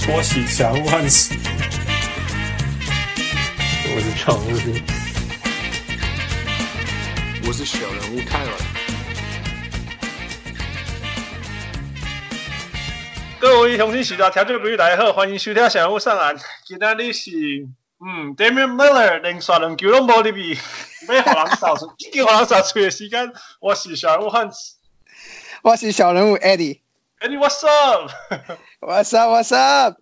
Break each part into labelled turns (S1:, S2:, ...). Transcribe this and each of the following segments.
S1: twice each cell once.
S2: 我是常务兵，
S3: 我是小人物泰尔。
S4: 各位乡亲、时代听众朋友，大家好，欢迎收听《小人物上岸》。今天你是嗯，Damian Miller 连续两球拢无入去，要互人扫出，已经互人扫出的时间，我是小人物 Hans。
S5: 我是小人物 Eddie。
S4: Eddie, what's up?
S5: What's up? What's up?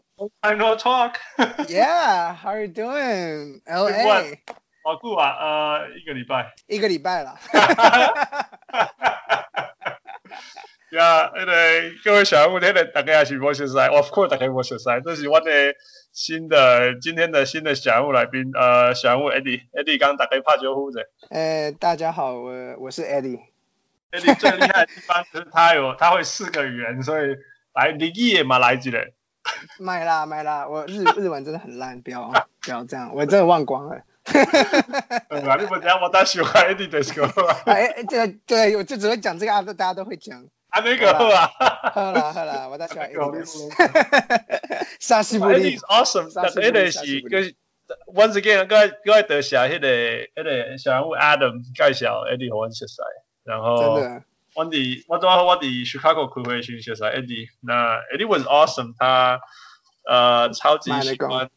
S4: I no talk.
S5: Yeah, how are you doing?
S4: Good
S5: LA
S4: one. 好久啊，呃，一个礼拜。
S5: 一个礼 拜了。
S4: 呀，迄个各位小人物，迄个大家也是无熟悉，Of 哦 course 大家无熟悉，这是我的新的今天的新的小人物来宾，呃，小人物 Eddie，Eddie 刚大家拍招呼者
S5: 呃，大家好，我我是 Eddie。
S4: ，Eddie 最厉害的地方就是他有他会四个语言，所以来你也嘛来几嘞，
S5: 买啦买啦，我 日日文真的很烂，不要不要这样，我真的忘光了。
S4: 对吧？你们等下我当喜欢 Eddie 的时 候，
S5: 哎、哎这个对我就只会讲这个啊，大家都会讲。
S4: 还没个好啊
S5: 好啦好啦，我大喜欢 Eddie です。 沙西布
S4: ，Eddie
S5: 利
S4: is。awesome，但是 Eddie 是跟 once again 各位各位得写迄个迄个小人物 Adam 介绍 Eddie 好熟悉，然后
S5: 真。的，
S4: 我伫我拄好我伫 Chicago 开会的时阵，识 Eddie，那 Eddie was awesome，他呃超级
S5: 买了
S4: 喜
S5: 个
S4: 欢，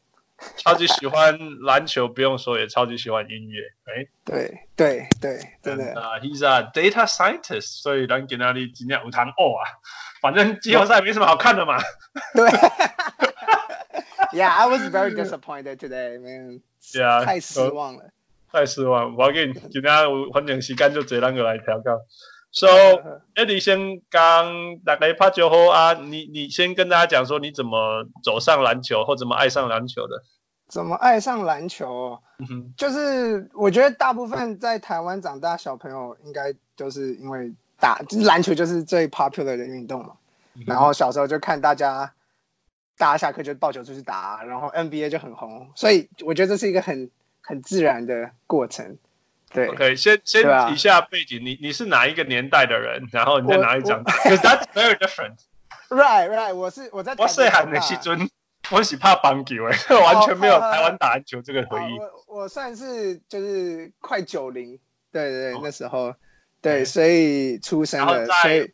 S4: 超级喜欢篮球，不用说，也超级喜欢音乐，哎，
S5: 对对对，真
S4: 嗯
S5: 的。
S4: 啊，he's a data scientist，所以咱今仔日真正有通哦啊，反正季后赛没什么好看的嘛，
S5: 对。yeah, I was very disappointed today, man.
S4: Yeah,
S5: 太失望了。
S4: 太失望，无要紧，今仔有反正时间就坐咱个来调教。So
S5: 呃
S4: Eddie 先刚大概拍球后啊，你你先跟大家讲说你怎么走上篮球或怎么爱上篮球的。
S5: 怎么爱上篮球哦？
S4: 嗯哼，
S5: 就是我觉得大部分在台湾长大小朋友，应该就是因为打篮球就是最 popular 的运动嘛。
S4: 嗯
S5: 然后小时候就看大家，大家下课就抱球出去打，啊然后 NBA 就很红，所以我觉得这是一个很很自然的过程。对
S4: OK，先先
S5: 对啊
S4: 提一下背景，你你是哪一个年代的人？然后你在
S5: 我
S4: 哪里长大？Because that's very different。
S5: ，Right Right，我是我在台
S4: 我
S5: 北
S4: 细汉
S5: 长
S4: 的
S5: 大
S4: 时阵，我是怕棒球 的，完全没有
S5: 哦
S4: 台湾打篮球这个回
S5: 啊
S4: 忆。
S5: 我我算是就是快九零，对对对
S4: 哦
S5: 那时候，
S4: 对
S5: 对，所以出生
S4: 然后
S5: 的，
S4: 在
S5: 所以。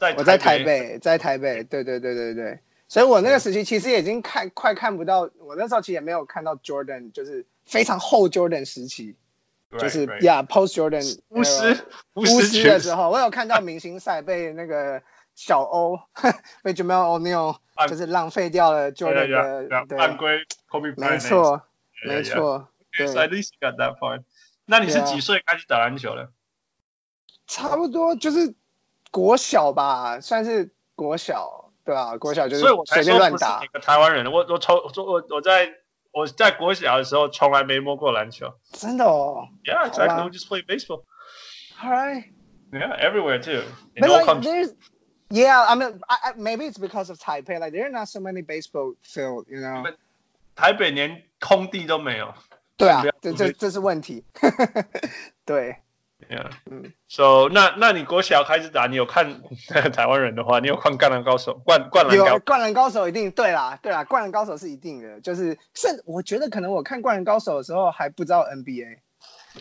S4: 在
S5: 我在台，北，在台北，对对对对对，所以我
S4: 嗯
S5: 那个时期其实已经看快看不到，我那时候其实也没有看到 Jordan，就是非常后 Jordan 时期，就是
S4: right, right.
S5: Yeah post Jordan
S4: 巫师
S5: era
S4: 巫
S5: 巫
S4: 师
S5: 师的
S4: 全
S5: 时候，我有看到明星赛被那个小欧被 Jamal O'Neal
S4: 按
S5: 就是浪费掉了 Jordan
S4: 对对
S5: 的，
S4: 对犯
S5: 对，
S4: 规 Kobe Bryant，
S5: 没错
S4: 那
S5: 没
S4: 一次，Yeah, yeah, yeah.
S5: 错，
S4: So at
S5: 对，啊
S4: least you got that part。那你是
S5: Yeah
S4: 几岁开始打篮球的？
S5: 差不多就是国小吧，算是国小，对啊，国小就是
S4: 所以我才
S5: 随
S4: 说
S5: 便乱
S4: 不是
S5: 打
S4: 一，个台湾人。我我从我我在我在国小的时候从来没摸过篮球。
S5: 真的哦
S4: Yeah, exactly.
S5: 好吧
S4: We just play baseball.
S5: ，All right。
S4: Yeah, everywhere too. In
S5: But
S4: all
S5: like,
S4: countries.
S5: there's, yeah, I mean, I, I, maybe it's because of Taipei. Like, there are not so many baseball field, you know.
S4: But- 台北连空地都没有。
S5: 对啊
S4: 不要，
S5: 这
S4: 不会
S5: 这这是问题。 对，
S4: Yeah.
S5: 嗯
S4: So 那那你国小开始打，你有看 台湾人的话，你有看《灌篮高手》灌灌篮
S5: 有
S4: 高？
S5: 灌篮高手一定对啦，对啦，灌篮高手是一定的。就是甚，我觉得可能我看灌篮高手的时候还不知道 NBA。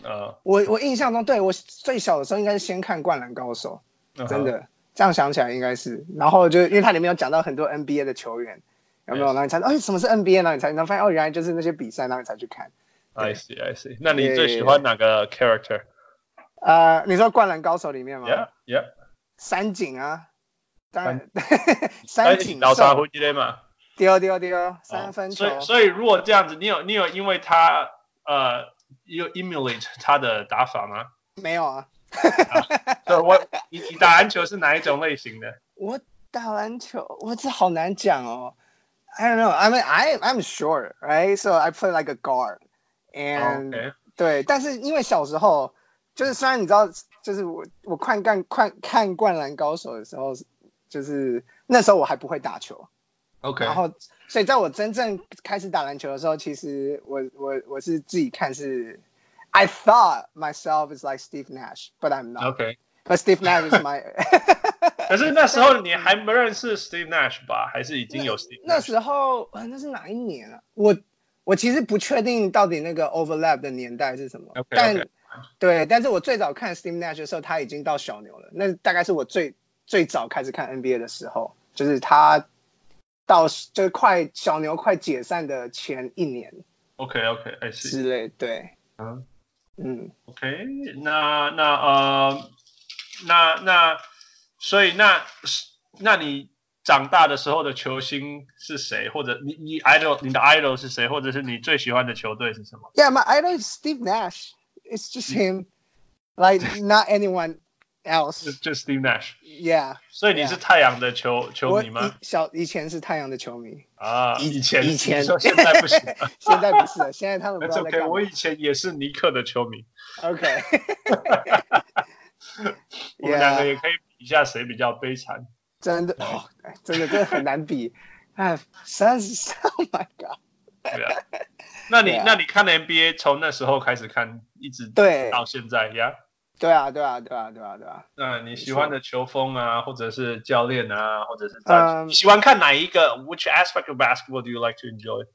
S4: 呃，
S5: 我我印象中，对我最小的时候应该是先看灌篮高手，
S4: 哦
S5: 真的。这样想起来应该是，然后就因为它里面有讲到很多 NBA 的球员，有没
S4: Yes.
S5: 有？然后你才哎什么是 NBA，然后你才能发现哦原来就是那些比赛，然后你才去看。
S4: I see, I see. 那你
S5: Yeah,
S4: 最
S5: yeah,
S4: 喜欢哪个 character?
S5: 呃，你说《灌篮高手》里面吗？
S4: Yeah, yeah.
S5: 三井啊，当然，
S4: 哎
S5: 三井
S4: 老茶
S5: 寿，
S4: 壶之类嘛。
S5: 丢丢丢，
S4: 哦
S5: 三分球
S4: 所，以所以如果这样子，你有你有因为他呃有 emulate 他的打法吗？
S5: 没有啊。
S4: 对，我你你打篮球是哪一种类型的？
S5: 我打篮球，我这好难讲哦。I don't know. I mean, I I'm short, right? So I play like a
S4: 哦
S5: guard. And、
S4: OK，
S5: 对，但是因为小时候，就是虽然你知道，就是我我看看看看《灌篮高手》的时候，就是那时候我还不会打球。
S4: OK，
S5: 然后，所以在我真正开始打篮球的时候，其实我我我是自己看是，I thought myself is like Steve Nash, but I'm not.
S4: OK，
S5: But Steve Nash is my
S4: 可是那时候你还不认识 Steve Nash 吧？还是已经有 Steve
S5: 那
S4: Nash？
S5: 时候啊，那是哪一年啊？我我其实不确定到底那个 overlap 的年代是什么
S4: OK，OK
S5: 但对，但是我最早看 Steve Nash 的时候，他已经到小牛了。那大概是我最最早开始看 NBA 的时候，就是他到就是快小牛快解散的前一年
S4: OK OK，哎是
S5: 之类。对，
S4: 嗯
S5: 嗯，
S4: OK，那那呃，那那所以那那你长大的时候的球星是谁？或者你你 idol 你的 idol 是谁？或者是你最喜欢的球队是什么
S5: Yeah, my idol is Steve Nash. It's just him, like not anyone
S4: 就
S5: else.
S4: 就 Steve Nash。
S5: Yeah，
S4: 所以你是太阳的球球
S5: 啊我
S4: 迷
S5: 以
S4: 吗？
S5: 小以前是太阳的球迷，
S4: 啊，
S5: 以
S4: 以前
S5: 以前
S4: 你说现在不 行。
S5: 现在不是了，现在他们不知
S4: That's
S5: 道在干
S4: OK，
S5: 嘛
S4: 我。以前也是尼克的球 迷，
S5: OK，
S4: 我们两个
S5: Yeah
S4: 也可以比一下谁比较悲惨。
S5: 真的哦，哎真的真的很难比。哎，实在是 ，Oh my god！
S4: 对 啊，那你
S5: 对啊
S4: 那你看 NBA 从那时候开始看，一直
S5: 对
S4: 到现在呀？
S5: 对啊，对啊，对啊，对啊，对啊。
S4: 那你喜欢的球风啊，或者是教练啊，或者是
S5: 嗯
S4: 你喜欢看哪一个？Which aspect of basketball do you like to enjoy？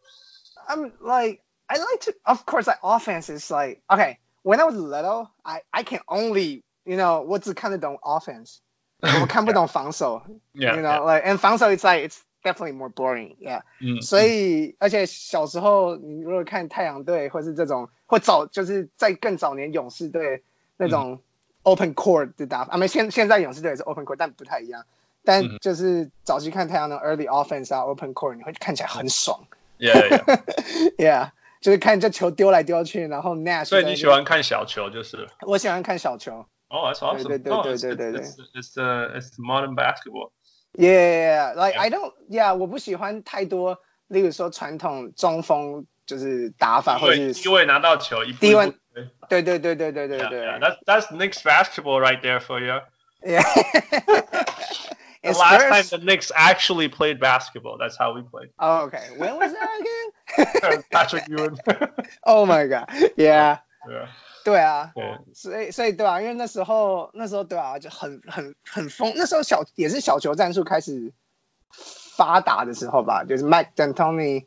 S5: I'm like, I like to, of course, like offense is like, okay, when I was little, I, I can only, you know, 我只看得懂 offense，我看不懂防守
S4: Yeah,
S5: you know, like and 防守 it's like it's definitely more boring, yeah.
S4: 嗯，
S5: 所以而且小时候你如果看太阳队或是这种或早就是在更早年勇士队
S4: 嗯
S5: 那种 open court 的打法，啊没现现在勇士队也是 open court，但不太一样。但
S4: 嗯
S5: 就是早期看太阳的 early offense 啊，open court，你会看起来很爽
S4: yeah, yeah.
S5: ，yeah，就是看这球丢来丢去，然后 Nash
S4: 所以
S5: 在
S4: 你
S5: 那边
S4: 喜？欢看小球就是了。
S5: 我喜欢看小球
S4: 哦，That's Oh, awesome.
S5: 对对对
S4: No,
S5: 对
S4: it's-
S5: 对对对
S4: it's- It's uh, it's modern basketball.
S5: ，yeah，like I don't yeah，我不喜欢太多，例如说传统中锋就是打法
S4: 因
S5: 或
S4: 为
S5: 者
S4: 低
S5: 是
S4: 位拿到球，一步
S5: 低
S4: 一
S5: 位
S4: 步对
S5: 对对对对对对对
S4: Yeah, yeah. That's that's Knicks basketball right there for you.
S5: Yeah.
S4: The
S5: It's
S4: last
S5: first-
S4: time the Knicks actually played basketball, that's how we played.
S5: Oh, okay. When was that again?
S4: Patrick Ewing.
S5: Oh my god. Yeah.
S4: yeah.
S5: 对啊，
S4: Yeah.
S5: 所以所以对啊，因为那时候那时候对啊，就很很很疯。那时候小也是小球战术开始发达的时候吧，就是 Mike D'Antoni。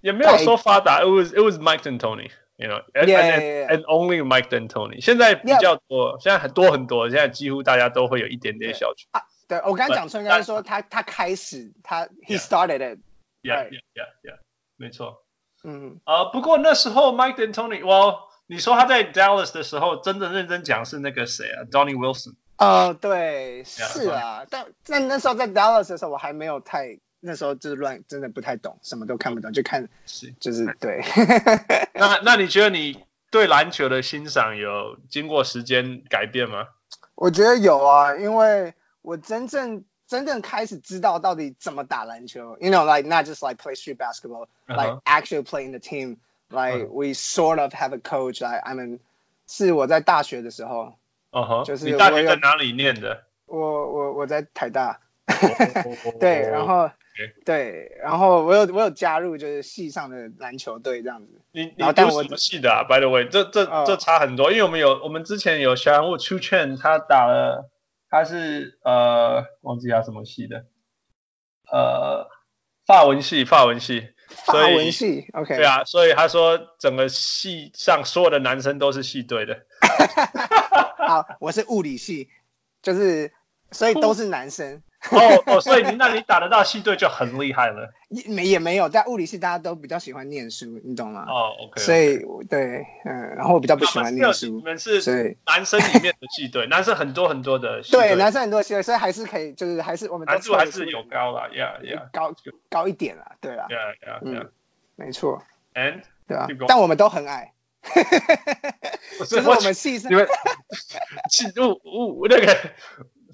S4: 也没有 so far that it was it was Mike D'Antoni, you know, and,
S5: Yeah,
S4: and,
S5: yeah, yeah.
S4: and only Mike D'Antoni. 现在比较多，现在很多很多，现在几乎大家都会有一点点小球。
S5: 对，我刚刚讲错，应该是说他他开始他 he started it。
S4: Yeah,
S5: Right.
S4: yeah, yeah, yeah. 没错。
S5: 嗯，
S4: 呃，不过那时候 Mike D'Antoni，well，你说他在 Dallas 的时候，真的认真讲是那个谁啊，Donny Wilson。
S5: 哦，对，
S4: Yeah,
S5: 是啊，但但那时候在 Dallas 的时候，我还没有太那时候就是乱，真的不太懂，什么都看不懂，就看
S4: 是，
S5: 就是对。
S4: 那那你觉得你对篮球的欣赏有经过时间改变吗？
S5: 我觉得有啊，因为我真正真正开始知道到底怎么打篮球，you know, like not just like play street basketball, like、
S4: 嗯哼
S5: actually playing the team, like、
S4: 嗯
S5: we sort of have a coach. Like I mean，是我在大学的时候，
S4: 哦吼，
S5: 就是
S4: 你大
S5: 我
S4: 学
S5: 有
S4: 在哪里念的？
S5: 我我我在台大， 对，
S4: 对
S5: 然后对，然后我有我有加入就是系上的篮球队这样子。
S4: 你你
S5: 然后但
S4: 读
S5: 我
S4: 什么系的啊？By the way，这这
S5: 哦
S4: 这差很多，因为我们有我们之前有小人物出券，他打了，他是呃忘记他什么系的，呃，法文系，法文系，
S5: 法
S4: 所以
S5: 文系，OK，
S4: 对啊，所以他说整个系上所有的男生都是系队的。
S5: 好，我是物理系，就是所以都是男生。
S4: 哦 哦，所以你那你打得到系队就很厉害了。
S5: 也没也没有，但物理系大家都比较喜欢念书，你懂吗？
S4: 哦，OK，
S5: 所以我对，嗯，然后我比较不喜欢念
S4: 你
S5: 书，
S4: 们是
S5: 所以
S4: 男生里面的系队，男生很多很多的系队，
S5: 对男生很多学，所以还是可以，就是还是我们都
S4: 难度
S5: 凑得
S4: 还
S5: 出
S4: 是有高啦，Yeah Yeah
S5: 高高一点啦，对啦，
S4: Yeah Yeah
S5: 嗯
S4: Yeah，
S5: 没错，
S4: and
S5: 对啊
S4: 这个，
S5: 但我们都很矮，
S4: 不
S5: 就是是我们系上
S4: 你，们系物物哦那个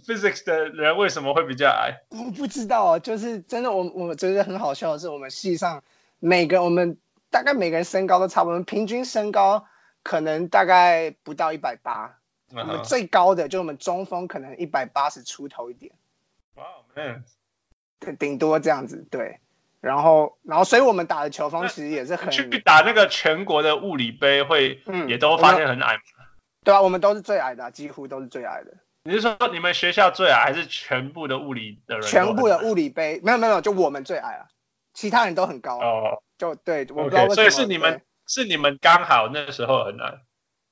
S4: physics 的人为什么会比较矮？
S5: 我不知道哦，就是真的，我我觉得很好笑的是，我们系上每个我们大概每个人身高都差不多，我们平均身高可能大概不到一百八，我
S4: 嗯
S5: 们
S4: 哼
S5: 最高的就我们中锋可能一百八十出头一点。
S4: 哇，man，
S5: 对，顶多这样子，对。然后，然后，所以我们打的球风
S4: 那
S5: 其实也是很，
S4: 去打那个全国的物理杯会
S5: 嗯
S4: 也都发现很矮吗。
S5: 对啊，我们都是最矮的啊、几乎都是最矮的。
S4: 你是说你们学校最矮，还是全部的物理的人都很矮？
S5: 全部的物理杯没有没有，没有就我们最矮了，其他人都很高。啊
S4: 哦
S5: 就对，我不知道
S4: ，OK，
S5: 为什么。
S4: 所以是你
S5: 对
S4: 们是你们刚好那时候很矮。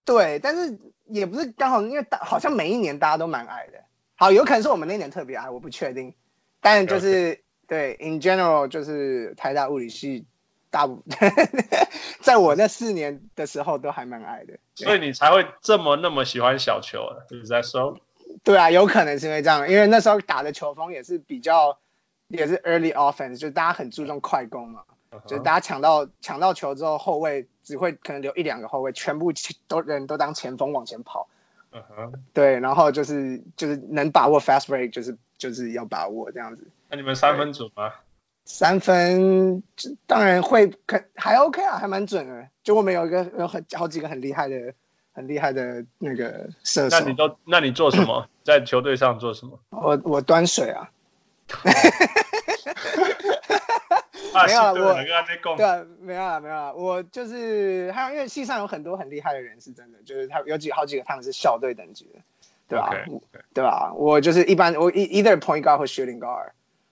S5: 对，但是也不是刚好，因为大好像每一年大家都蛮矮的。好，有可能是我们那年特别矮，我不确定。但就是对，in general 就是台大物理系大部， 在我那四年的时候都还蛮矮的。对
S4: 所以你才会这么那么喜欢小球啊？Is that so？
S5: 对啊，有可能是因为这样，因为那时候打的球风也是比较，也是 early offense，就是大家很注重快攻嘛，
S4: 啊
S5: 就是大家抢到抢到球之后，后卫只会可能留一两个后卫，全部都人都当前锋往前跑。
S4: 嗯哼
S5: 对，然后就是就是能把握 fast break，就是就是要把握这样子。
S4: 那你们三分组吗？
S5: 三分这当然会可还 OK 啊，还蛮准的。就我们有一个有很好几个很厉害的、很厉害的那个射
S4: 那
S5: 手
S4: 你，都那你做什 么？在球队上做什么？
S5: 我我端水啊，
S4: 啊，
S5: 没有啊
S4: 是对了
S5: 我
S4: 跟他在共
S5: 对啊，没有啊，没有啊，我就是还有，因为系上有很多很厉害的人，是真的，就是他有几好几个他们是校队等级的，对吧、
S4: OK，
S5: 我对吧、啊我就是一般我 e either point guard 或 shooting guard，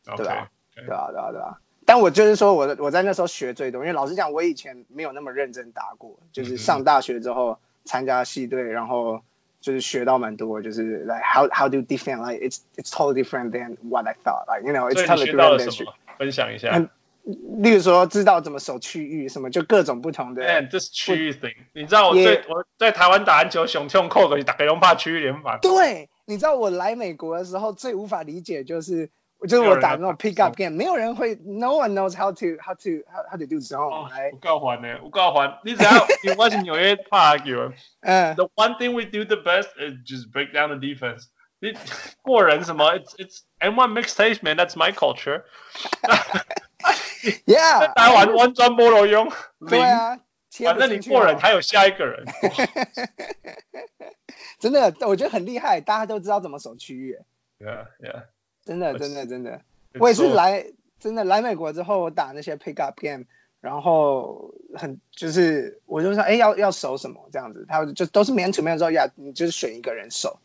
S4: OK，
S5: 对啊
S4: OK
S5: 对啊，对啊，对啊。但我就是说我，的我在那时候学最多，因为老实讲，我以前没有那么认真打过，
S4: 嗯
S5: 就是上大学之后参加系队，然后就是学到蛮多，就是 like how how do different like it's it's totally different than what I thought like you know
S4: 所以
S5: it's
S4: 你
S5: totally
S4: 学到了
S5: different than
S4: 什
S5: you-
S4: 么？分享一下。
S5: 嗯例如说知道怎么守区域什么，就各种不同的。
S4: Man, this 区域 thing，你知道我最
S5: Yeah
S4: 我在台湾打篮球，熊熊扣个打给龙怕区域联防。
S5: 对，啊你知道我来美国的时候最无法理解就是，就是我打那种 pick up game，没有人会，no one knows how to how to how how to do
S4: 哦
S5: zone，来、
S4: 我告还呢，我告还。你只要 你我是纽约怕 argue。
S5: 嗯。
S4: The one thing we do the best is just break down the defense. 你过人什么？It's it's and one mixtape man. That's my culture.
S5: Yeah，
S4: 打完弯砖菠萝用
S5: 对
S4: 零，
S5: 啊，切不
S4: 反正你
S5: 进去
S4: 过
S5: 哦
S4: 人还有下一个人。
S5: 真的，我觉得很厉害，大家都知道怎么守区域，
S4: Yeah, yeah.
S5: 真的，
S4: 我
S5: 真的，真的。
S4: It's
S5: 我也是
S4: so-
S5: 来，真的来美国之后，我打那些 pick up game，然后很就是我就说，哎，要要守什么这样子，他就都是 man to man 之后，呀，你就是选一个人守。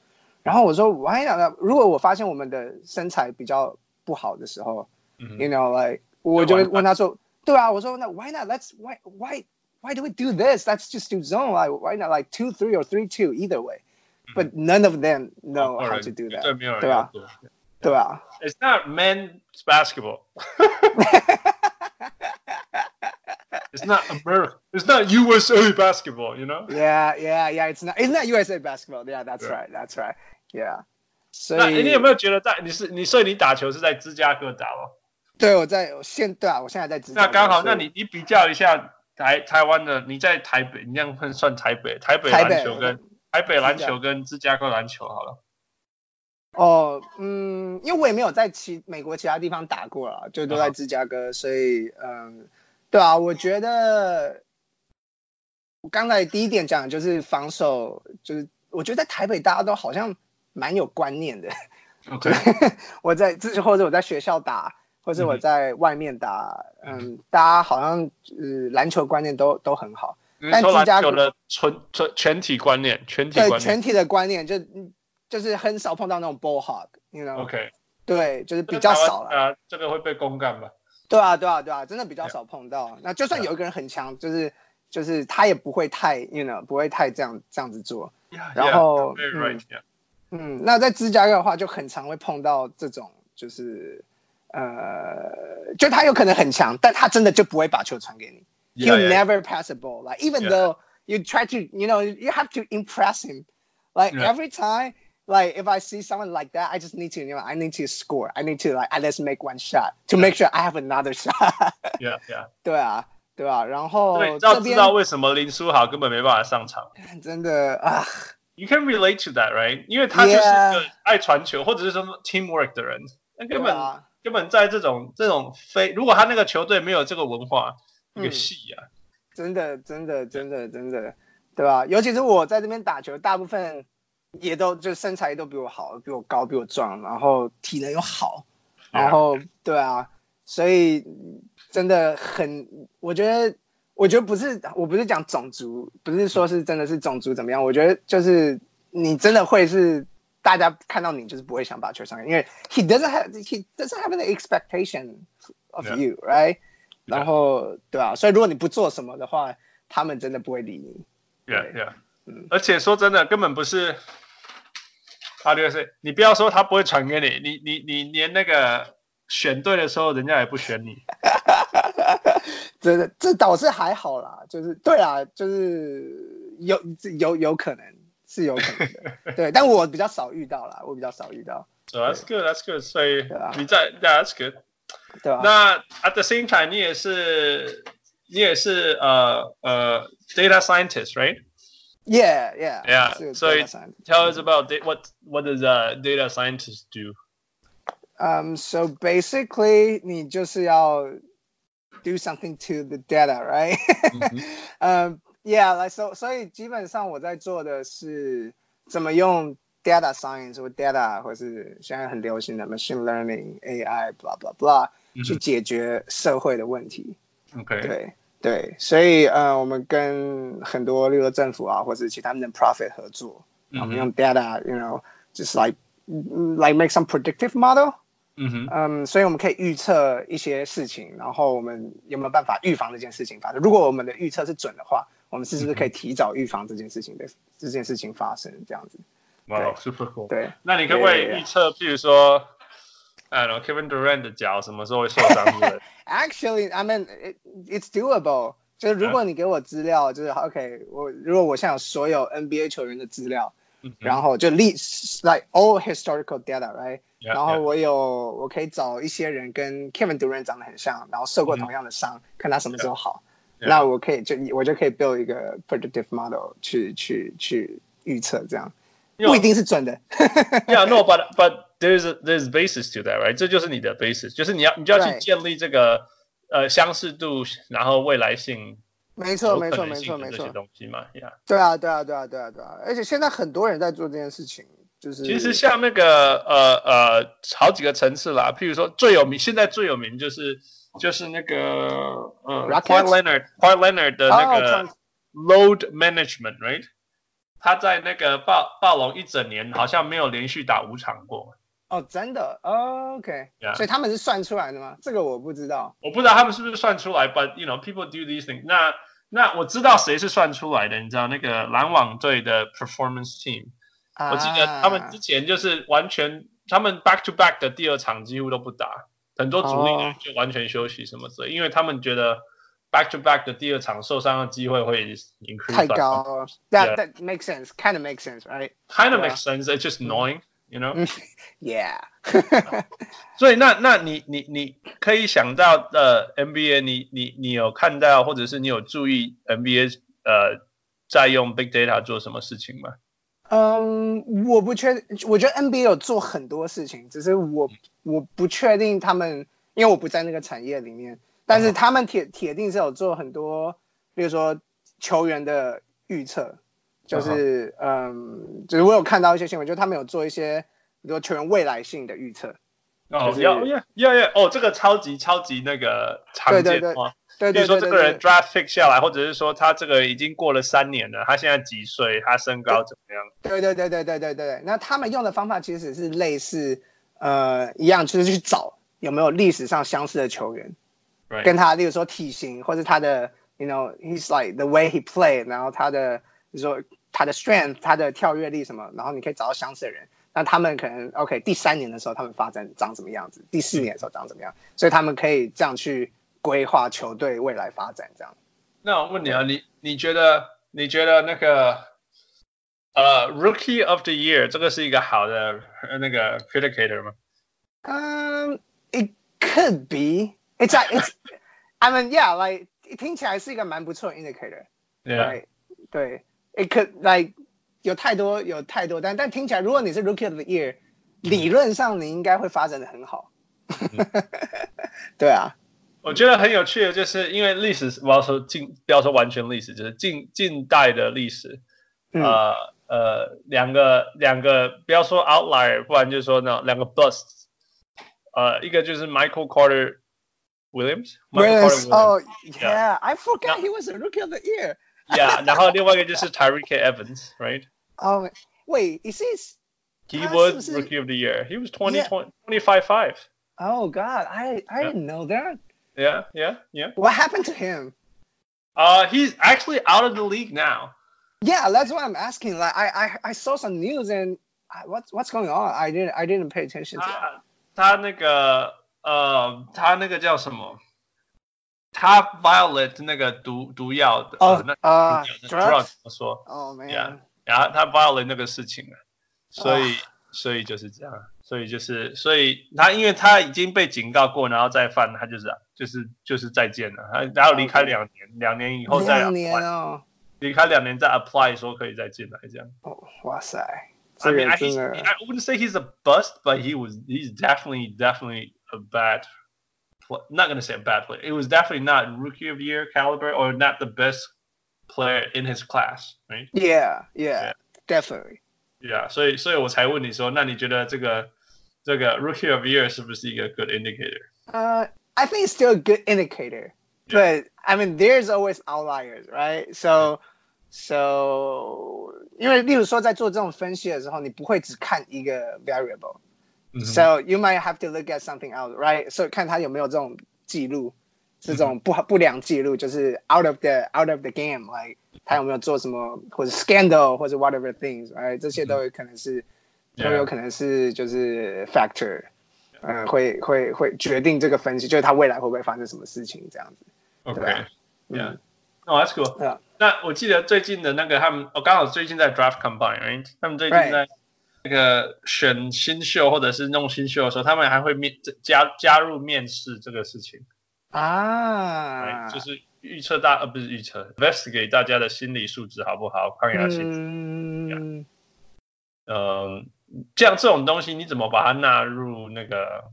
S5: 然后我说，我还想到，如果我发现我们的身材比较不好的时候，
S4: 嗯
S5: you know like 我就会
S4: Mm-hmm. why not？
S5: 问他说，对啊，我说那 why not let's why why why do we do this let's just do zone like why not like two three or three two either way
S4: Mm-hmm.
S5: but none of them
S4: 没
S5: know
S4: 有
S5: how
S4: 人
S5: to do
S4: 绝对
S5: that
S4: 没有人
S5: 对吧
S4: 要做
S5: 对吧？
S4: It's not men's basketball. it's not America. It's not USA basketball. You know.
S5: Yeah yeah yeah it's not it's not USA basketball yeah that's
S4: 对
S5: right that's right yeah 所
S4: 那
S5: 以
S4: 你有没有觉得在你是你所以你打球是在芝加哥打哦？
S5: 对我在我现对啊我现在在芝加
S4: 那
S5: 哥
S4: 刚好，
S5: 所以
S4: 那你你比较一下台台湾的，你在台北，你这样算算台北台北
S5: 台北
S4: 篮球跟台北篮球跟芝加哥篮球好了。
S5: 哦，嗯，因为我也没有在其美国其他地方打过了，就都
S4: 啊
S5: 在芝加哥，所以嗯，对啊，我觉得我刚才第一点讲的就是防守，就是我觉得在台北大家都好像蛮有观念的。
S4: OK，
S5: 我在自或者我在学校打，或者
S4: 嗯
S5: 我在外面打，嗯，大家好像呃篮球观念都都很好，
S4: 你
S5: 但
S4: 说
S5: 芝加
S4: 篮
S5: 哥
S4: 球的纯纯全体观念，全体
S5: 对
S4: 观念。
S5: 全体的观念就嗯就是很少碰到那种 ball hog，you know，
S4: OK，
S5: 对，就是比较少了。
S4: 啊，这个会被公干吧？
S5: 对啊，对啊，对啊，真的比较少碰到。那就算
S4: 啊
S5: 有一个人很强，就是就是他也不会太，you know，不会太这样这样子做。然后
S4: Yeah, yeah, right, yeah.
S5: 嗯，那在芝加哥的话，就很常会碰到这种，就是呃，就他有可能很强，但他真的就不会把球传给你。
S4: Yeah,
S5: He'll
S4: yeah,
S5: never pass a ball. Like even
S4: Yeah.
S5: though you try to, you know, you have to impress him. Like
S4: Yeah.
S5: every time, like if I see someone like that, I just need to, you know, I need to score. I need to like at least make one shot to make sure I have another shot.
S4: yeah, yeah.
S5: 对啊，对啊，然后
S4: 对，要
S5: 这
S4: 知道
S5: 边
S4: 为什么林书豪根本没办法上场。
S5: 真的啊，
S4: You can relate to that, right？因为他就是一
S5: Yeah
S4: 个爱传球或者是什么 teamwork 的人，那根
S5: 对
S4: 本
S5: 啊，
S4: 根本在这种这种非，如果他那个球队没有这个文化，
S5: 嗯
S4: 一个戏啊，
S5: 真的，真的，真的，真的，对吧、尤其是我在这边打球，大部分也都就身材都比我好，比我高，比我壮，然后体能又好，然后对啊，所以真的很，我觉得，我觉得不是，我不是讲种族，不是说是真的是种族怎么样，我觉得就是你真的会是大家看到你就是不会想把球上给，因为 he doesn't have he doesn't have any expectation of
S4: Yeah.
S5: you right，然后对吧、所以如果你不做什么的话，他们真的不会理你。
S4: Yeah, yeah.
S5: 嗯
S4: 而且说真的，根本不是他就是你不要说他不会传给你，你你你连那个选对的时候，人家也不选你。
S5: 真的，这倒是还好啦，就是对啊，就是有有有可能是有可能的， 对，但我比较少遇到啦，我比较少遇到，
S4: So that's good, that's good. 所以
S5: 对啊
S4: 你在 yeah, that's good.
S5: 对吧、
S4: 那 at the same time，你也是你也是呃呃 data scientist, right?
S5: y e a h yeah
S4: Yeah，
S5: 是
S4: 所以
S5: data science
S4: Tell us about da- what what does a data scientist do?
S5: Um, so basically, 你就是要 do something to the data, right?
S4: Mm-hmm.
S5: 嗯 yeah, like so，所以基本上我在做的是怎么用 data science 或 data 或是现在很流行的 machine learning、AI、blah blah blah
S4: 嗯哼
S5: 去解决社会的问题。
S4: Okay.
S5: 对对，所以呃，我们跟很多，例如说政府啊，或是其他们的 profit 合作，
S4: 嗯哼
S5: 我们用 data，you know，just like like make some predictive model。
S4: 嗯哼，
S5: 嗯，所以我们可以预测一些事情，然后我们有没有办法预防这件事情发生？如果我们的预测是准的话，我们是不是可以提早预防这件事情的、这件事情发生？这样子，
S4: 哇、
S5: 对
S4: s u p e r cool。
S5: 对，
S4: 那你可不可以
S5: Yeah, yeah, yeah.
S4: 预测，譬如说，I don't know Kevin Durant 的脚什么时候会受伤之类 的？
S5: Actually, I mean, it, it's doable. 就是如果你给我资料，就是 OK，我如果我现在有所有 NBA 球员的资料，
S4: 嗯哼
S5: 然后就历 like all historical data，right？
S4: Yeah,
S5: 然后
S4: yeah.
S5: 我有我可以找一些人跟 Kevin Durant 长得很像，然后受
S4: 嗯
S5: 过同样的伤，看他什么时候好。
S4: Yeah.
S5: 那我可以就我就可以 build 一个 predictive model 去去去预测这样，
S4: 因为啊
S5: 不一定是准的。
S4: Yeah, no, but but there's a, there's basis to that, right? 这就是你的 basis，就是你要你就要去
S5: Right.
S4: 建立这个呃相似度，然后未来性、
S5: 没错
S4: 有
S5: 没
S4: 可
S5: 错
S4: 能
S5: 没错
S4: 性的
S5: 没
S4: 这些
S5: 错，
S4: 东西嘛，Yeah。
S5: 对啊对啊对啊对啊对啊，而且现在很多人在做这件事情，就是
S4: 其实像那个呃呃好几个层次啦，譬如说最有名，现在最有名就是就是那个呃
S5: Rocket？
S4: Kawhi Leonard Kawhi Leonard 的那
S5: 哦
S4: 个 load management，right？他在那个暴暴龙一整年好像没有连续打五场过，
S5: 哦真的哦 OK，
S4: Yeah.
S5: 所以他们是算出来的吗？这个我不知道。
S4: 我不知道他们是不是算出来，but you know people do these things 那。那我知道谁是算出来的，你知道那个篮网队的 performance team，、我
S5: 啊
S4: 记得他们之前就是完全，他们 back to back 的第二场几乎都不打，很多主力的人就完全休息什么之类，因为他们觉得 back to back 的第二场受伤的机会会 increase
S5: 太高了，that
S4: Yeah.
S5: that makes sense, kind of makes sense, right?
S4: kind of
S5: Yeah. 嗯
S4: makes sense, it's just annoying, you know.
S5: Yeah.
S4: 所以那那你你你可以想到呃 NBA，你你你有看到或者是你有注意 NBA 呃在用 big data 做什么事情吗？
S5: 嗯，我不确，我觉得 NBA 有做很多事情，只是我
S4: 嗯
S5: 我不确定他们，因为我不在那个产业里面，但
S4: 嗯
S5: 是他们铁铁定是有做很多，比如说球员的预测，就是嗯，就是我有看到一些新闻，就是他们有做一些，比如说球员未来性的预测，
S4: 哦
S5: 就是
S4: 要要要要哦，这个超级超级那个常
S5: 对
S4: 见
S5: 对对
S4: 哦
S5: 对
S4: 比如
S5: 对
S4: 说
S5: 对
S4: 这
S5: 对
S4: 个人
S5: 对，
S4: draft pick 下来，或者是说他这个已经过了三年了，他现在几岁，他身高怎么样？
S5: 对对对对对对对，那他们用的方法其实是类似，呃，一样就是去找有没有历史上相似的球员。跟他，例如说体型或者他的，you know，he's like the way he play，然后他的，你说他的 strength，他的跳跃力什么，然后你可以找到相似的人。那他们可能 OK，第三年的时候他们发展长什么样子，第四年的时候长什么样，所以他们可以这样去规划球队未来发展这样。
S4: 那我问你啊，你你觉得你觉得那个呃 rookie of the year 这个是一个好的呃那个 predicator 吗？
S5: 嗯、i t could be，it's a- it's I mean yeah，like 听起来是一个蛮不错的 indicator。
S4: 对啊，
S5: 对对，it could like 有太多有太多，但但听起来，如果你是 rookie of the year，理论上你应该会发展的很好。 对啊，
S4: 我觉得很有趣的，就是因为历史，我要说近不要说完全历史，就是近近代的历史，
S5: 嗯，
S4: 呃呃，两个两个不要说 outlier，不然就是说呢两个 bust，呃，一个就是 Michael Carter Williams，Michael Carter
S5: Williams，哦
S4: Yeah
S5: ，Yeah，I oh, forgot he was a rookie of the year。
S4: Williams，yeah，然后另外一个就是 Tyreek Evans，right？
S5: 哦，wait，is Um, he
S4: He
S5: 他
S4: was
S5: Ah，是不是
S4: Rookie of the Year. He was 20,
S5: Yeah.
S4: 20 25-5.
S5: Oh God, I I didn't know that.
S4: Yeah, yeah, yeah.
S5: What happened to him?
S4: Uh, he's actually out of the league now.
S5: Yeah, that's what I'm asking. Like I I, I saw some news and I, what's what's going on? I didn't I didn't pay attention to. That.
S4: 他他那个呃，他那个叫什么？他 violate 那个毒毒药的呃
S5: Oh,
S4: 那
S5: uh,
S4: 不知道
S5: drugs.
S4: 怎么说，
S5: Oh man.
S4: Yeah. 然后他 violate 那个事情了，所以、所以就是这样，啊所以就是所以他因为他已经被警告过，然后再犯，他就是就是就是再见了，他然后离开
S5: OK
S4: 两年，两年以后再
S5: 两
S4: apply,
S5: 年哦，
S4: 离开两年再 apply 说可以再进来这样。
S5: 哦哇塞，
S4: I
S5: 这
S4: mean,
S5: 个
S4: I,
S5: 真
S4: he's,
S5: 的
S4: I wouldn't say he's a bust, but he was he's definitely definitely a bad pl- not going to say a bad player. It was definitely not rookie of the year caliber or not the best player in his class, right?
S5: ，Yeah Yeah definitely。
S4: Yeah. 所以所以我才问你说，那你觉得这个这个 rookie of the year 是不是一个 good indicator?
S5: Uh, I think it's still a good indicator, but I mean, there's always outliers, right? So, so 因为例如说在做这种分析的时候，你不会只看一个 variable，、so you might have to look at something else, right? So 看它有没有这种记录，这种不好不良记录，就是 out of the out of the game，like 他有没有做什么或者 scandal 或者 whatever things，right？这些都有可能是。都
S4: Yeah.
S5: 有可能是就是 factor，嗯，会会会决定这个分析，就是他未来会不会发生什么事情这样子。
S4: Okay.
S5: 对啊。
S4: Yeah.
S5: 嗯
S4: No, that's cool.
S5: 对啊。
S4: 那我记得最近的那个他们，我、刚好最近在 Draft Combine，right？他们最近
S5: Right
S4: 在那个选新秀或者是弄新秀的时候，他们还会面加加入面试这个事情
S5: 啊，
S4: ，right？就是预测大呃不是预测，investigate 大家的心理素质好不好，抗压性，
S5: 嗯，
S4: 嗯、这样这种东西你怎么把它纳入那个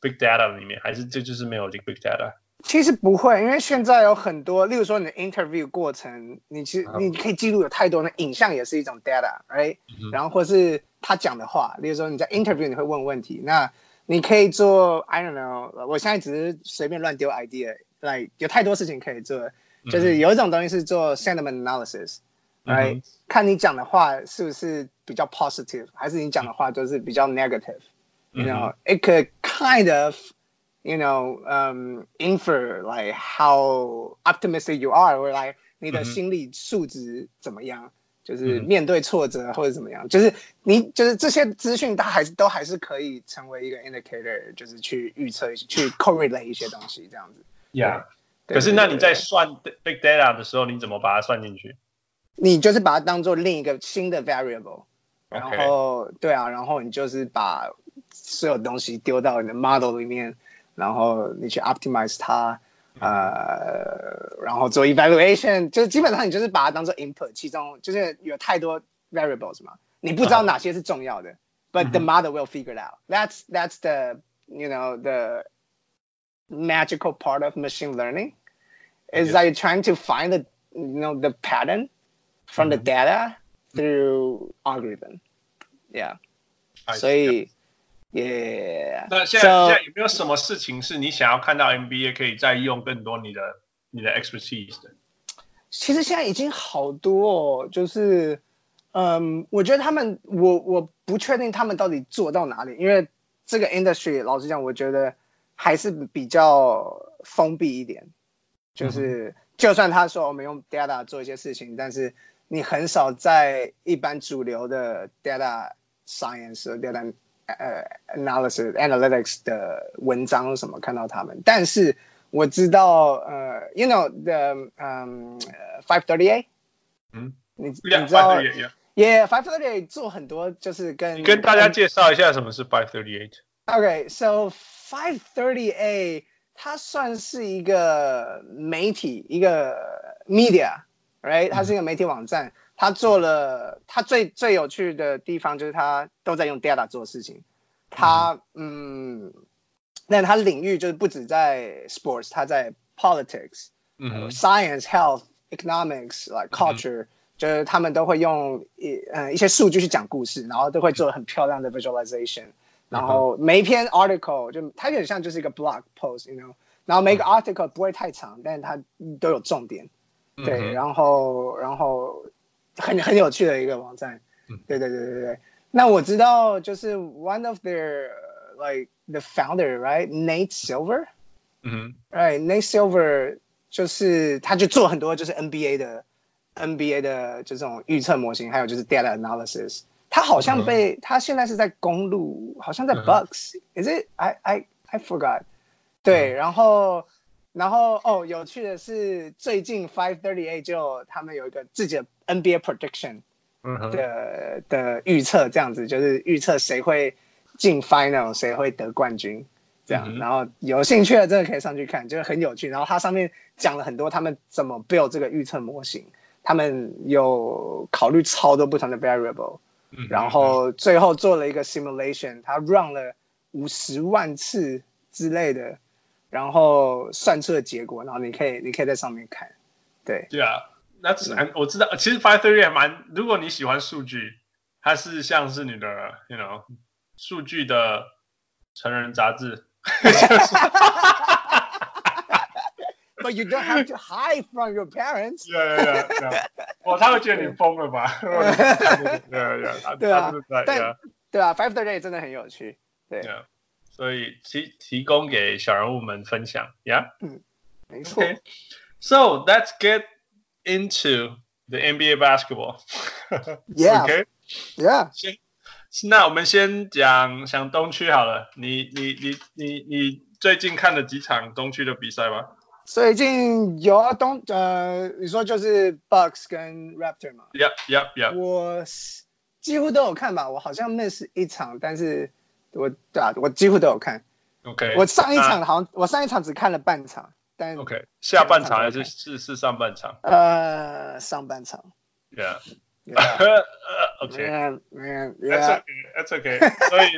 S4: big data 里面？还是这就是没有 big data？
S5: 其实不会，因为现在有很多，例如说你的 interview 过程，你其实
S4: 嗯
S5: 你可以记录有太多，那影像也是一种 data，right？、
S4: 哼
S5: 然后或是他讲的话，例如说你在 interview 你会问问题，那你可以做 I don't know，我现在只是随便乱丢 idea，like 有太多事情可以做，就是有一种东西是做 sentiment analysis。right？、
S4: 嗯
S5: 看你讲的话是不是比较 positive，还是你讲的话就是比较 negative？You
S4: 嗯
S5: know,、it could kind of, you know, um, infer like how optimistic you are, or like 你的
S4: 嗯哼
S5: 心理素质怎么样。就
S4: 嗯
S5: 是
S4: 哼
S5: 面对挫折或者怎么样，就是你就是这些资讯，它还是都还是可以成为一个 indicator，就是去预测一些、去 correlate 一些东西这样子。
S4: ，yeah。
S5: 对
S4: 可是那你
S5: 对对
S4: 在算 big data 的时候，你怎么把它算进去
S5: 你就是把它当做另一个新的 variable，然
S4: ？OK。
S5: 后对啊，然后你就是把所有东西丢到你的 model 里面，然后你去 optimize 它，呃，然后做 evaluation，就是基本上你就是把它当做 input，其中就是有太多 variables 嘛，你不知道哪些是重要的、b u t the model will figure it out. That's that's the you know the magical part of machine learning is
S4: Yeah.
S5: like trying to find the you know the pattern from the data through algorithm. Yeah.
S4: I-
S5: 所以，yeah，
S4: 那现在现在有没有什么事情是你想要看到 NBA 可以再用更多你的你的 expertise 的？
S5: 其实现在已经好多哦，就是，嗯，我觉得他们，我我不确定他们到底做到哪里，因为这个 industry 老实讲，我觉得还是比较封闭一点，
S4: 嗯
S5: 就是、就算他说我们用 data 做一些事情，但是你很少在一般主流的 data science 和 data 呃 analysis analytics 的文章什么看到他们，但是我知道呃，you know the 嗯 five thirty eight，
S4: 嗯，
S5: 你你知
S4: 两
S5: 道
S4: 万也也，
S5: ，yeah five thirty eight 做很多就是跟
S4: 你跟大家介绍一下什么是 Five Thirty Eight。
S5: OK，so Five Thirty A 它算是一个媒体，一个
S4: 嗯
S5: media，right？它是一个媒体网站，它做了它最最有趣的地方就是它都在用 data 做事情。它嗯，那它领域就是不止在 sports，它在 politics、
S4: 嗯哼
S5: 呃
S4: 嗯
S5: science、health、economics、like culture，、就是他们都会用一呃一些数据去讲故事，然后都会做很漂亮的
S4: 嗯
S5: visualization。然后每一篇 article 就它有点像就是一个 blog post，you know，然后每个
S4: 嗯
S5: article 不会太长，但是它都有重点，对，
S4: 嗯哼
S5: 然后然后很很有趣的一个网站
S4: 嗯，
S5: 对对对对对。那我知道就是 one of their 呃 like the founder right Nate Silver
S4: 嗯
S5: ，right Nate Silver 就是他就做很多就是 NBA 的 NBA 的就这种预测模型，还有就是 data analysis。他好像被、他现在是在公路，好像在
S4: 嗯
S5: Bucks，is、it I I I forgot。对，然后然后哦，有趣的是最近 Five Thirty Eight 就他们有一个自己的 NBA prediction。
S4: 嗯哼，
S5: 的的预测，这样子就是预测谁会进 final，谁会得冠军，这样。
S4: 嗯哼
S5: 然后有兴趣的真的可以上去看，就是很有趣。然后它上面讲了很多他们怎么 build 这个预测模型，他们有考虑超多不同的 variable，
S4: 嗯
S5: 然后最后做了一个 simulation，它 run 了五十万次之类的，然后算出的结果，然后你可以你可以在上面看，对。
S4: 对啊，那只然我知道，其实 Five Theory 还蛮，如果你喜欢数据，它是像是你的，you know，数据的成人杂志。
S5: But you don't have to hide from your parents.
S4: 对对对，我哦他会觉得你疯了 吧？如果你看那个对对，他
S5: 对啊
S4: 他真的在
S5: 但
S4: yeah，
S5: 对啊，Five Thirty 真的很有趣。
S4: yeah 所以提提供给小人物们分享，Yeah。
S5: 没错
S4: Okay. So let's get into the NBA basketball.
S5: Yeah.
S4: Okay.
S5: ，Yeah，
S4: 先，那我们先讲讲东区好了。你你你你你最近看了几场东区的比赛吗？
S5: 最近有啊东呃，你说就是 Bucks 跟 Raptor 嘛，
S4: 呀呀呀！
S5: 我是几乎都有看吧，我好像 miss 一场，但是我对啊，我几乎都有看。
S4: OK，
S5: 我上一场好像我上一场只看了半场，但
S4: OK 下半场还是是是上半场
S5: 呃上半场。
S4: ？Yeah，
S5: Yeah,
S4: 呃 OK，
S5: yeah, yeah,
S4: that's
S5: yeah.
S4: OK，that's OK。所以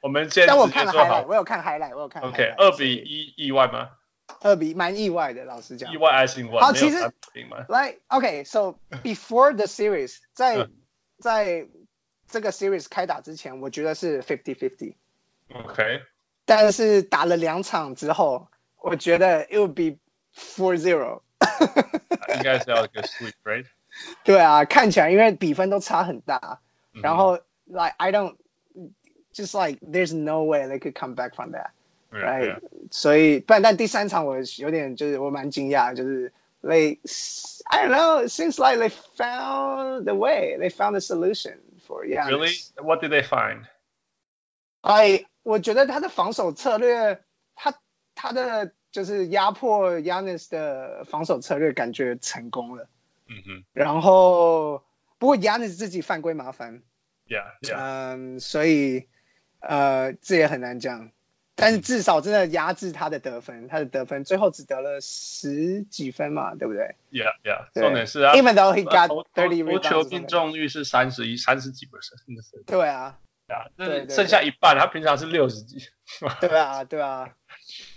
S4: 我们先
S5: 但我
S4: 直
S5: 看
S4: 接说
S5: 了 highlight，
S4: 好
S5: 我有看 highlight，我有看
S4: OK，
S5: highlight，
S4: 二比
S5: 所以
S4: 一意外吗？
S5: 二比一蛮意外的，老实讲
S4: 意。外还是意外？
S5: 好
S4: 没
S5: 其
S4: 有
S5: 实
S4: 三比零吗？
S5: Like okay, so before the series，在
S4: 嗯
S5: 在这个 series 开打之前，我觉得是 fifty fifty，
S4: OK，
S5: 但是打了两场之后，我觉得 it will be four zero。
S4: 应该是要一个 sweep，right？
S5: 对啊，看起来因为比分都差很大，
S4: 嗯
S5: 然后 like I don't just like there's no way they could come back from that。
S4: 嗯
S5: right？、
S4: yeah，yeah
S5: 哎所以，不然但第三场我有点就是我蛮惊讶，就是 they I don't know it seems like they found the way, they found the solution for yeah.
S4: Really? What did they find?
S5: 哎，我觉得他的防守策略，他他的就是压迫 Yanis 的防守策略感觉成功了。
S4: 嗯哼
S5: 然后，不过 Yanis 自己犯规麻烦，
S4: ，Yeah Yeah，
S5: 嗯，所以呃，这也很难讲。但
S4: 嗯
S5: 是至少真的压制他的得分，他的得分最后只得了十几分嘛，对不对
S4: Yeah, yeah，
S5: 对
S4: 重点是啊，
S5: ？Even though he got
S4: 投投
S5: thirty
S4: 投球
S5: rebounds，
S4: 命中率是三十一、三十几 percent，真的是
S5: 对啊，
S4: 啊，
S5: 对对
S4: 那
S5: 对
S4: 剩下一半，他平常是六十几。
S5: 对啊，对啊。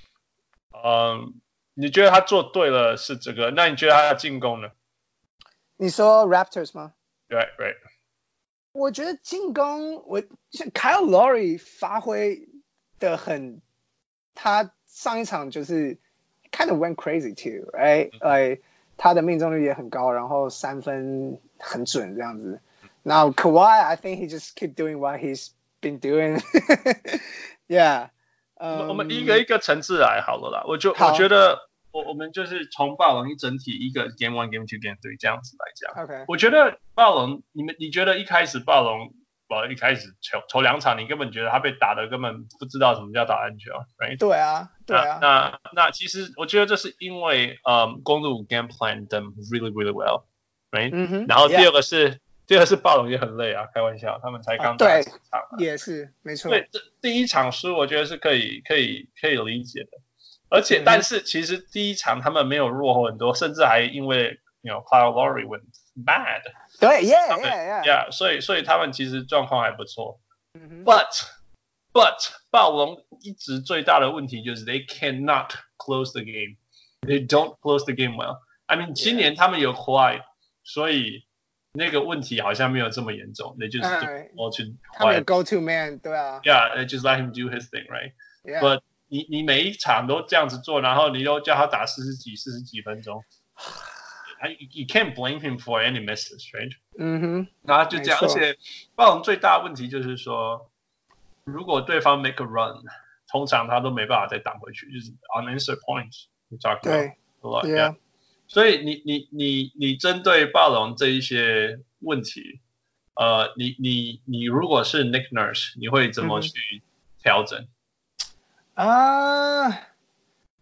S4: 嗯，你觉得他做对了是这个？那你觉得他的进攻呢？
S5: 你说 Raptors 吗？
S4: 对对，
S5: 我觉得进攻，我像 Kyle Lowry 发挥的很，他上一场就是 kind of went crazy too，right？like,
S4: 嗯
S5: 他的命中率也很高，然后三分很准这样子。Now Kawhi，I think he just keep doing what he's been doing 。Yeah，
S4: 我们
S5: 嗯，
S4: 我们一个一个层次来好了啦。我就
S5: 好
S4: 我觉得我我们就是从霸王一整体一个 game one game two game three 这样子来讲。
S5: OK，
S4: 我觉得暴龙，你们你觉得一开始暴龙，呃，一开始球头两场，你根本觉得他被打的根本不知道什么叫打篮球，right？
S5: 对啊，对啊，
S4: 那那那其实我觉得这是因为，嗯，公路 game plan them really really well，right？、
S5: 嗯哼，
S4: 然后第
S5: yeah，
S4: 二个是第二个是暴龙也很累啊，开玩笑，他们才刚
S5: 啊
S4: 打
S5: 对
S4: 几场啊、
S5: 也是没错，
S4: 对，这第一场输我觉得是可以可以可以理解的，而且、
S5: 嗯哼
S4: 但是其实第一场他们没有落后很多，甚至还因为 you know Kyle Lowry went bad。
S5: 对
S4: 他们
S5: ，Yeah，Yeah，Yeah，
S4: Yeah，所以所以他们其实状况还不错
S5: 嗯哼
S4: ，but but 暴龙一直最大的问题就是 they cannot close the game. They don't close the game well. I mean，今年他们有 quiet，所以那个问题好像没有这么严重。They just
S5: 哎
S4: all to
S5: 他们有
S4: quiet.
S5: Go To Man，对啊
S4: Yeah, they just let him do his thing, right?
S5: ，Yeah。
S4: But 你 你每一场都这样子做，然后你又叫他打四十几、四十几分钟 I, you can't blame him for any misses, right?
S5: 嗯哼，
S4: 然后就这样，
S5: 没
S4: 而
S5: 错
S4: 且暴龙最大的问题就是说，如果对方 make a run，通常他都没办法再挡回去，就是 unanswered points。We talked about
S5: 对
S4: a lot, yeah.
S5: ，Yeah，
S4: 所以你你你你针对暴龙这一些问题，呃，你你你如果是 Nick Nurse，你会怎么
S5: 嗯哼
S4: 去调整
S5: 啊、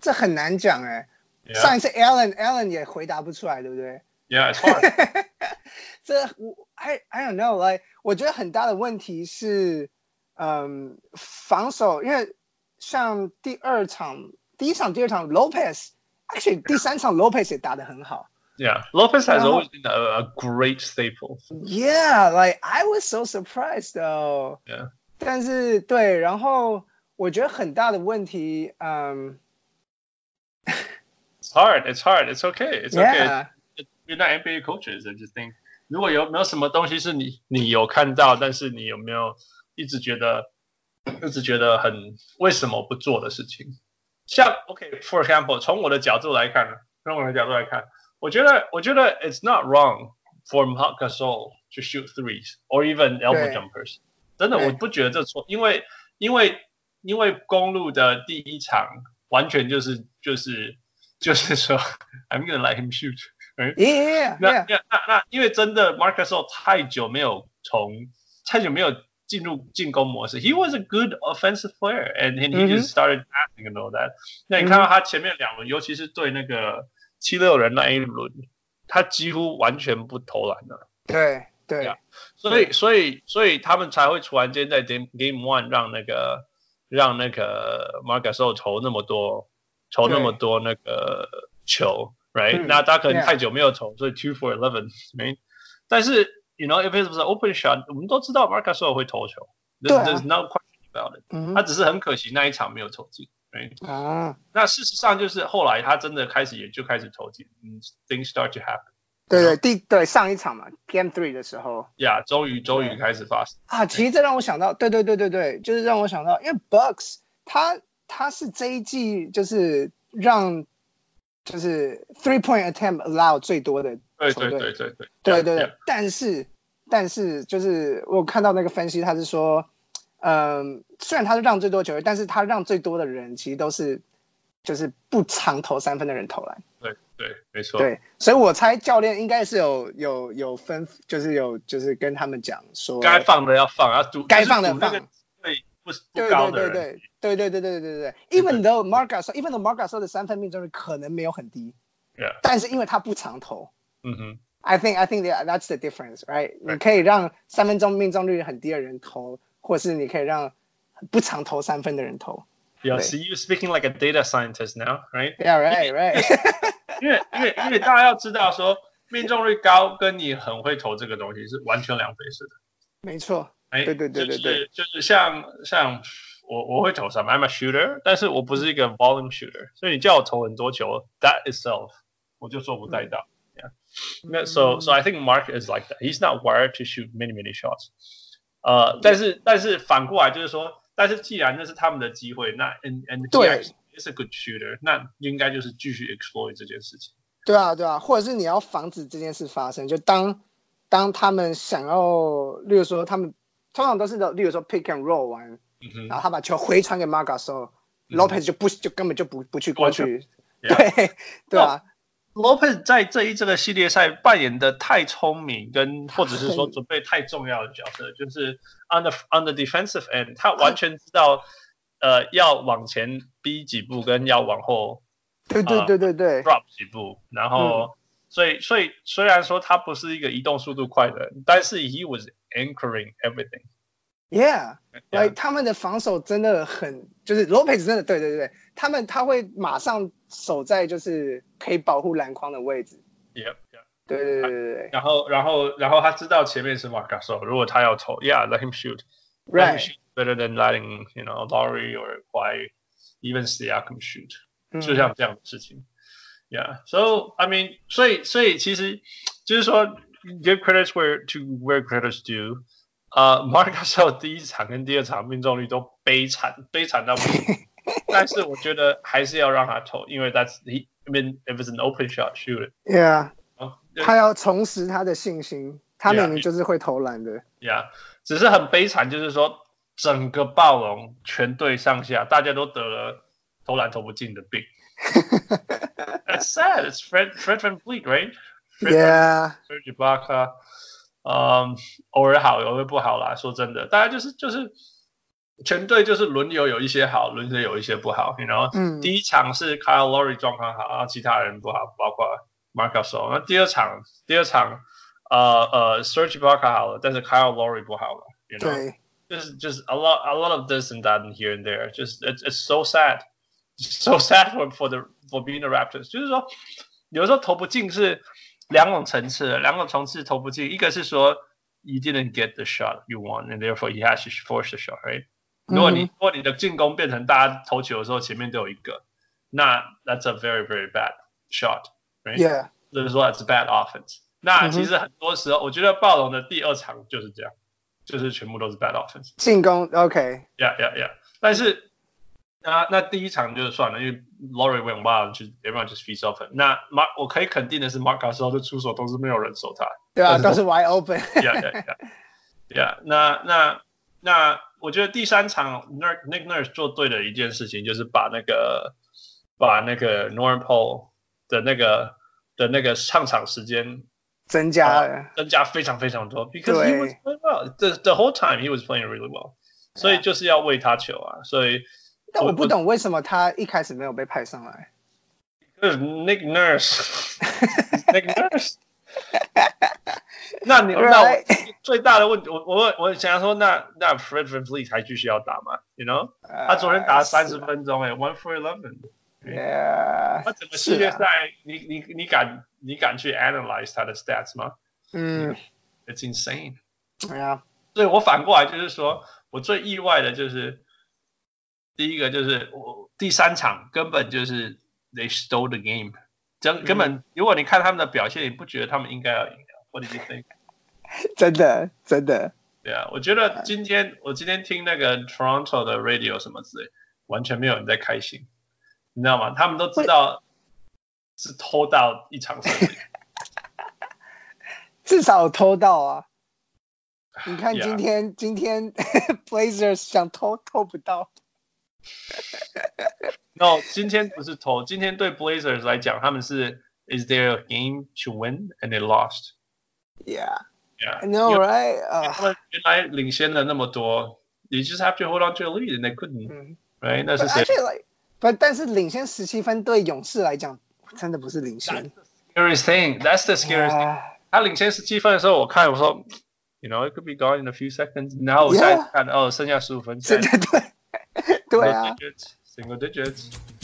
S5: 这很难讲哎、上一次 Alan Alan 也回答不出来，对不对？
S4: ？Yeah, yeah, it's hard.
S5: 这我 I I don't know，like, 我觉得很大的问题是，嗯，防守，因为像第二场、第一场、第二场 Lopez，actually 第三场 Lopez 也打得很好。
S4: Yeah, Lopez has
S5: 然后
S4: always been a, a great staple.
S5: Yeah, like I was so surprised though.
S4: Yeah.
S5: 但是对，然后我觉得很大的问题，嗯
S4: It's hard. It's hard. It's okay. It's okay.
S5: ，Yeah，
S4: We're not NBA coaches. I just think 如果有没有什么东西是你你有看到，但是你有没有一直觉得一直觉得很为什么不做的事情？像 OK，for、example，从我的角度来看，从我的角度来看，我觉得我觉得 it's not wrong for Marc Gasol to shoot threes or even elbow
S5: 对
S4: jumpers。真的，
S5: 对
S4: 我不觉得这错，因为因为因为公路的第一场完全就是就是就是说 I'm gonna let him shoot。
S5: ，Yeah，Yeah，
S4: 那
S5: Yeah，
S4: 那那那，因为真的 Marcus Gasol 太久没有从太久没有进入进攻模式。He was a good offensive player, and and he
S5: 嗯哼嗯
S4: just started passing and all that. 那你看到他前面两轮，尤其是对那个七六人那一轮，他几乎完全不投篮了。
S5: 对对啊
S4: Yeah，所以，所以，所以他们才会突然间在 Game Game One 让那个让那个 Marcus 投那么多投那么多那个球，right？、
S5: 嗯
S4: 那他可能
S5: yeah
S4: 太久没有投，所以 two for eleven，right？但是 you know if it's an open shot，我们都知道 Marcus 会投球
S5: 对啊
S4: There's-，there's no question about it。
S5: 嗯
S4: 他
S5: 哼
S4: 只是很可惜那一场没有投进，right？
S5: 啊，
S4: 那事实上就是后来他真的开始也就开始投进嗯，things start to happen。
S5: 对对，第对上一场嘛，Game Three 的时候。
S4: Yeah，终于终于开始发生。
S5: 啊，其实这让我想到，对对对对对，就是让我想到，因为 Bucks 他他是这一季就是让就是 three point attempt allow 最多的，
S4: 对对
S5: 球队
S4: 对对对。
S5: 对对
S4: Yeah，yeah
S5: 对，但是但是就是我有看到那个分析，他是说，嗯，虽然他是让最多球员，但是他让最多的人其实都是就是不常投三分的人投篮。
S4: 对对，没错。
S5: 对，所以我猜教练应该是有有有分，就是有就是跟他们讲说，
S4: 该放的要放，要赌
S5: 该放的
S4: 就是赌那个
S5: 放
S4: 对不是不
S5: 对
S4: 高
S5: 对
S4: 的
S5: 对
S4: 人，
S5: 对对对对对对对对，even though Marcus，even though Marcus 的三分命中率可能没有很低
S4: Yeah
S5: 但是因为他不常投
S4: 嗯哼，
S5: ，I think I think that that's the difference，right？
S4: Right
S5: 你可以让三分钟命中率很低的人投，或是你可以让不常投三分的人投
S4: Yeah,
S5: 对
S4: so you speaking like a data scientist now, right？
S5: ，Yeah right right，
S4: 因为因为因为大家要知道说，命中率高跟你很会投这个东西是完全两回事的。
S5: 没错，
S4: 哎，
S5: 对对对对
S4: 就
S5: 对
S4: 是，就是像像我我会投三分，I'm a shooter，但是我不是一个 volume shooter，所以你叫我投很多球，that itself 我就做不太到。那 so so I think Mark is like that. He's not wired to shoot many many shots. 呃，但是但是反过来就是说，但是既然那是他们的机会，那 and and he
S5: 对
S4: actually is a good shooter，那应该就是继续 exploit 这件事情。
S5: 对啊对啊，或者是你要防止这件事发生，就当当他们想要，例如说他们通常都是的，例如说 pick and roll 完。
S4: 嗯
S5: 然
S4: 哼，
S5: 后他把球回传给 Marga 时候，Lopez 就不就根本就不不去过去，
S4: 嗯完全
S5: 对对啊，
S4: Lopez 在这一这个系列赛扮演的太聪明，跟或者是说
S5: 很
S4: 准备太重要的角色，就是 on the on the defensive end，他完全知道呃要往前逼几步，跟要往后啊
S5: 对对对对对
S4: drop 几步，然后、所以所以虽然说他不是一个移动速度快的人，但是 he was anchoring everything。
S5: ，Yeah，like 他们的防守真的很，就是 Lopez 真的对对对，他们他会马上守在就是可以保护篮筐的位置，
S4: Yep, yep.
S5: 对对对对对
S4: 然后，然后，然后他知道前面是 Marcus，如果他要投，Yeah, let him shoot. Let him
S5: ，Right，
S4: shoot better than letting you know Laurie or Kawhi, even Siakam shoot.
S5: 嗯
S4: 就像这样的事情。Yeah, so I mean，所以所以其实就是说，give credits where to where credits due。啊、m a r c u s 第一场跟第二场命中率都悲惨，悲惨到不 行。但是我觉得还是要让他投，因为 that's he I mean if it's an open shot shoot it。
S5: ，Yeah，
S4: 哦
S5: 他要重拾他的信心。他明明就是会投篮的，
S4: 呀只是很悲惨，就是说整个暴龙全队上下大家都得了投篮投不进的病。That's sad. It's Fred Fred Van Fleet, right? Fred Van
S5: yeah，
S4: Serge Ibaka，嗯，偶尔好，偶尔不好啦。说真的，大家就是就是全队就是轮流有一些好，轮流有一些不好。你知道吗？
S5: 嗯，
S4: 第一场是 Kyle Lowry 状况好，然后其他人不好，包括 Marcus。那第二场，第二场，呃呃，Serge Ibaka 好了，但是 Kyle Lowry 不好了。You know?
S5: 对，
S4: just just a lot a lot of this and that and here and there. Just it's it's so sad, so sad for for the for being the Raptors. 就是说，有时候投不进是两种层次的，两种层次投不进，一个是说 you didn't get the shot you want and therefore he has to force the shot, right？、如果你如果你的进攻变成大家投球的时候前面都有一个，那 that's a very very bad shot。
S5: yeah，
S4: 就是说 it's bad offense。那其实很多时候，我觉得暴龙的第二场就是这样，就是全部都是 bad offense。
S5: 进攻 OK，
S4: Yeah, yeah, yeah. 但是那那第一场就算了，因为 Laurie went wild，就 everyone just feeds off him。那 Mark 我可以肯定的是，Mark 时候的出手都是没有人守他。
S5: 对啊，
S4: 但是
S5: 都是 wide open，
S4: Yeah, yeah, yeah. yeah. 那那那我觉得第三场 Nick Nick Nurse 做对的一件事情，就是把那个把那个 Norm Paul 的那个的那个上场时间
S5: 增加了，
S4: 增加非常非常多，because he
S5: 对
S4: was playing well. The the whole time he was playing really well. 所以就是要为他球啊，所以。
S5: 但
S4: 我
S5: 我不懂为什么他一开始没有被派上来，
S4: 就是 Nick Nurse，Nick Nurse。那你那我
S5: Right
S4: 最大的问题，我我我想说那，那 Fred Van Vliet 还继续要打吗？You know，他昨天
S5: Uh,
S4: 打三十分钟、欸，哎，one for eleven。
S5: ，yeah，
S4: 他整个
S5: 是
S4: 系列
S5: 啊
S4: 赛，你你你敢你敢去 analyze 他的 stats 吗
S5: 嗯，
S4: ？It's insane。
S5: 对啊，
S4: 所以我反过来就是说，我最意外的就是第一个就是我第三场根本就是 they stole the game，真根本、如果你看他们的表现，你不觉得他们应该要赢啊？What do you think？
S5: 真的真的，
S4: 对啊，我觉得今天我今天听那个 Toronto 的 radio 什么之类，完全没有人在开心，你知道吗？他们都知道是偷到一场胜利。
S5: 至少有偷到啊。你看
S4: Yeah
S5: 今天今天 Blazers 想偷偷不到，
S4: No，今天不是投，今天对 Blazers 来讲，他们是 Is there a game to win and they lost？
S5: ，Yeah，I
S4: Yeah，
S5: know
S4: 因为
S5: right，啊、
S4: 他们原来领先了那么多，You just have to hold on to a lead and they couldn't,
S5: 嗯，
S4: right？那是
S5: 而
S4: 谁
S5: 且 like，不，但是领先十七分对勇士来讲真的不是领先，
S4: ？Scariest thing, that's the scariest. thing.
S5: 啊
S4: 他领先十七分的时候，我看我说，You know, it could be gone in a few seconds. 然后我现在
S5: Yeah
S4: 看，哦，剩下十五分，
S5: 真
S4: 现
S5: 的
S4: 在
S5: 对，对
S4: single
S5: 啊
S4: digits, single digits.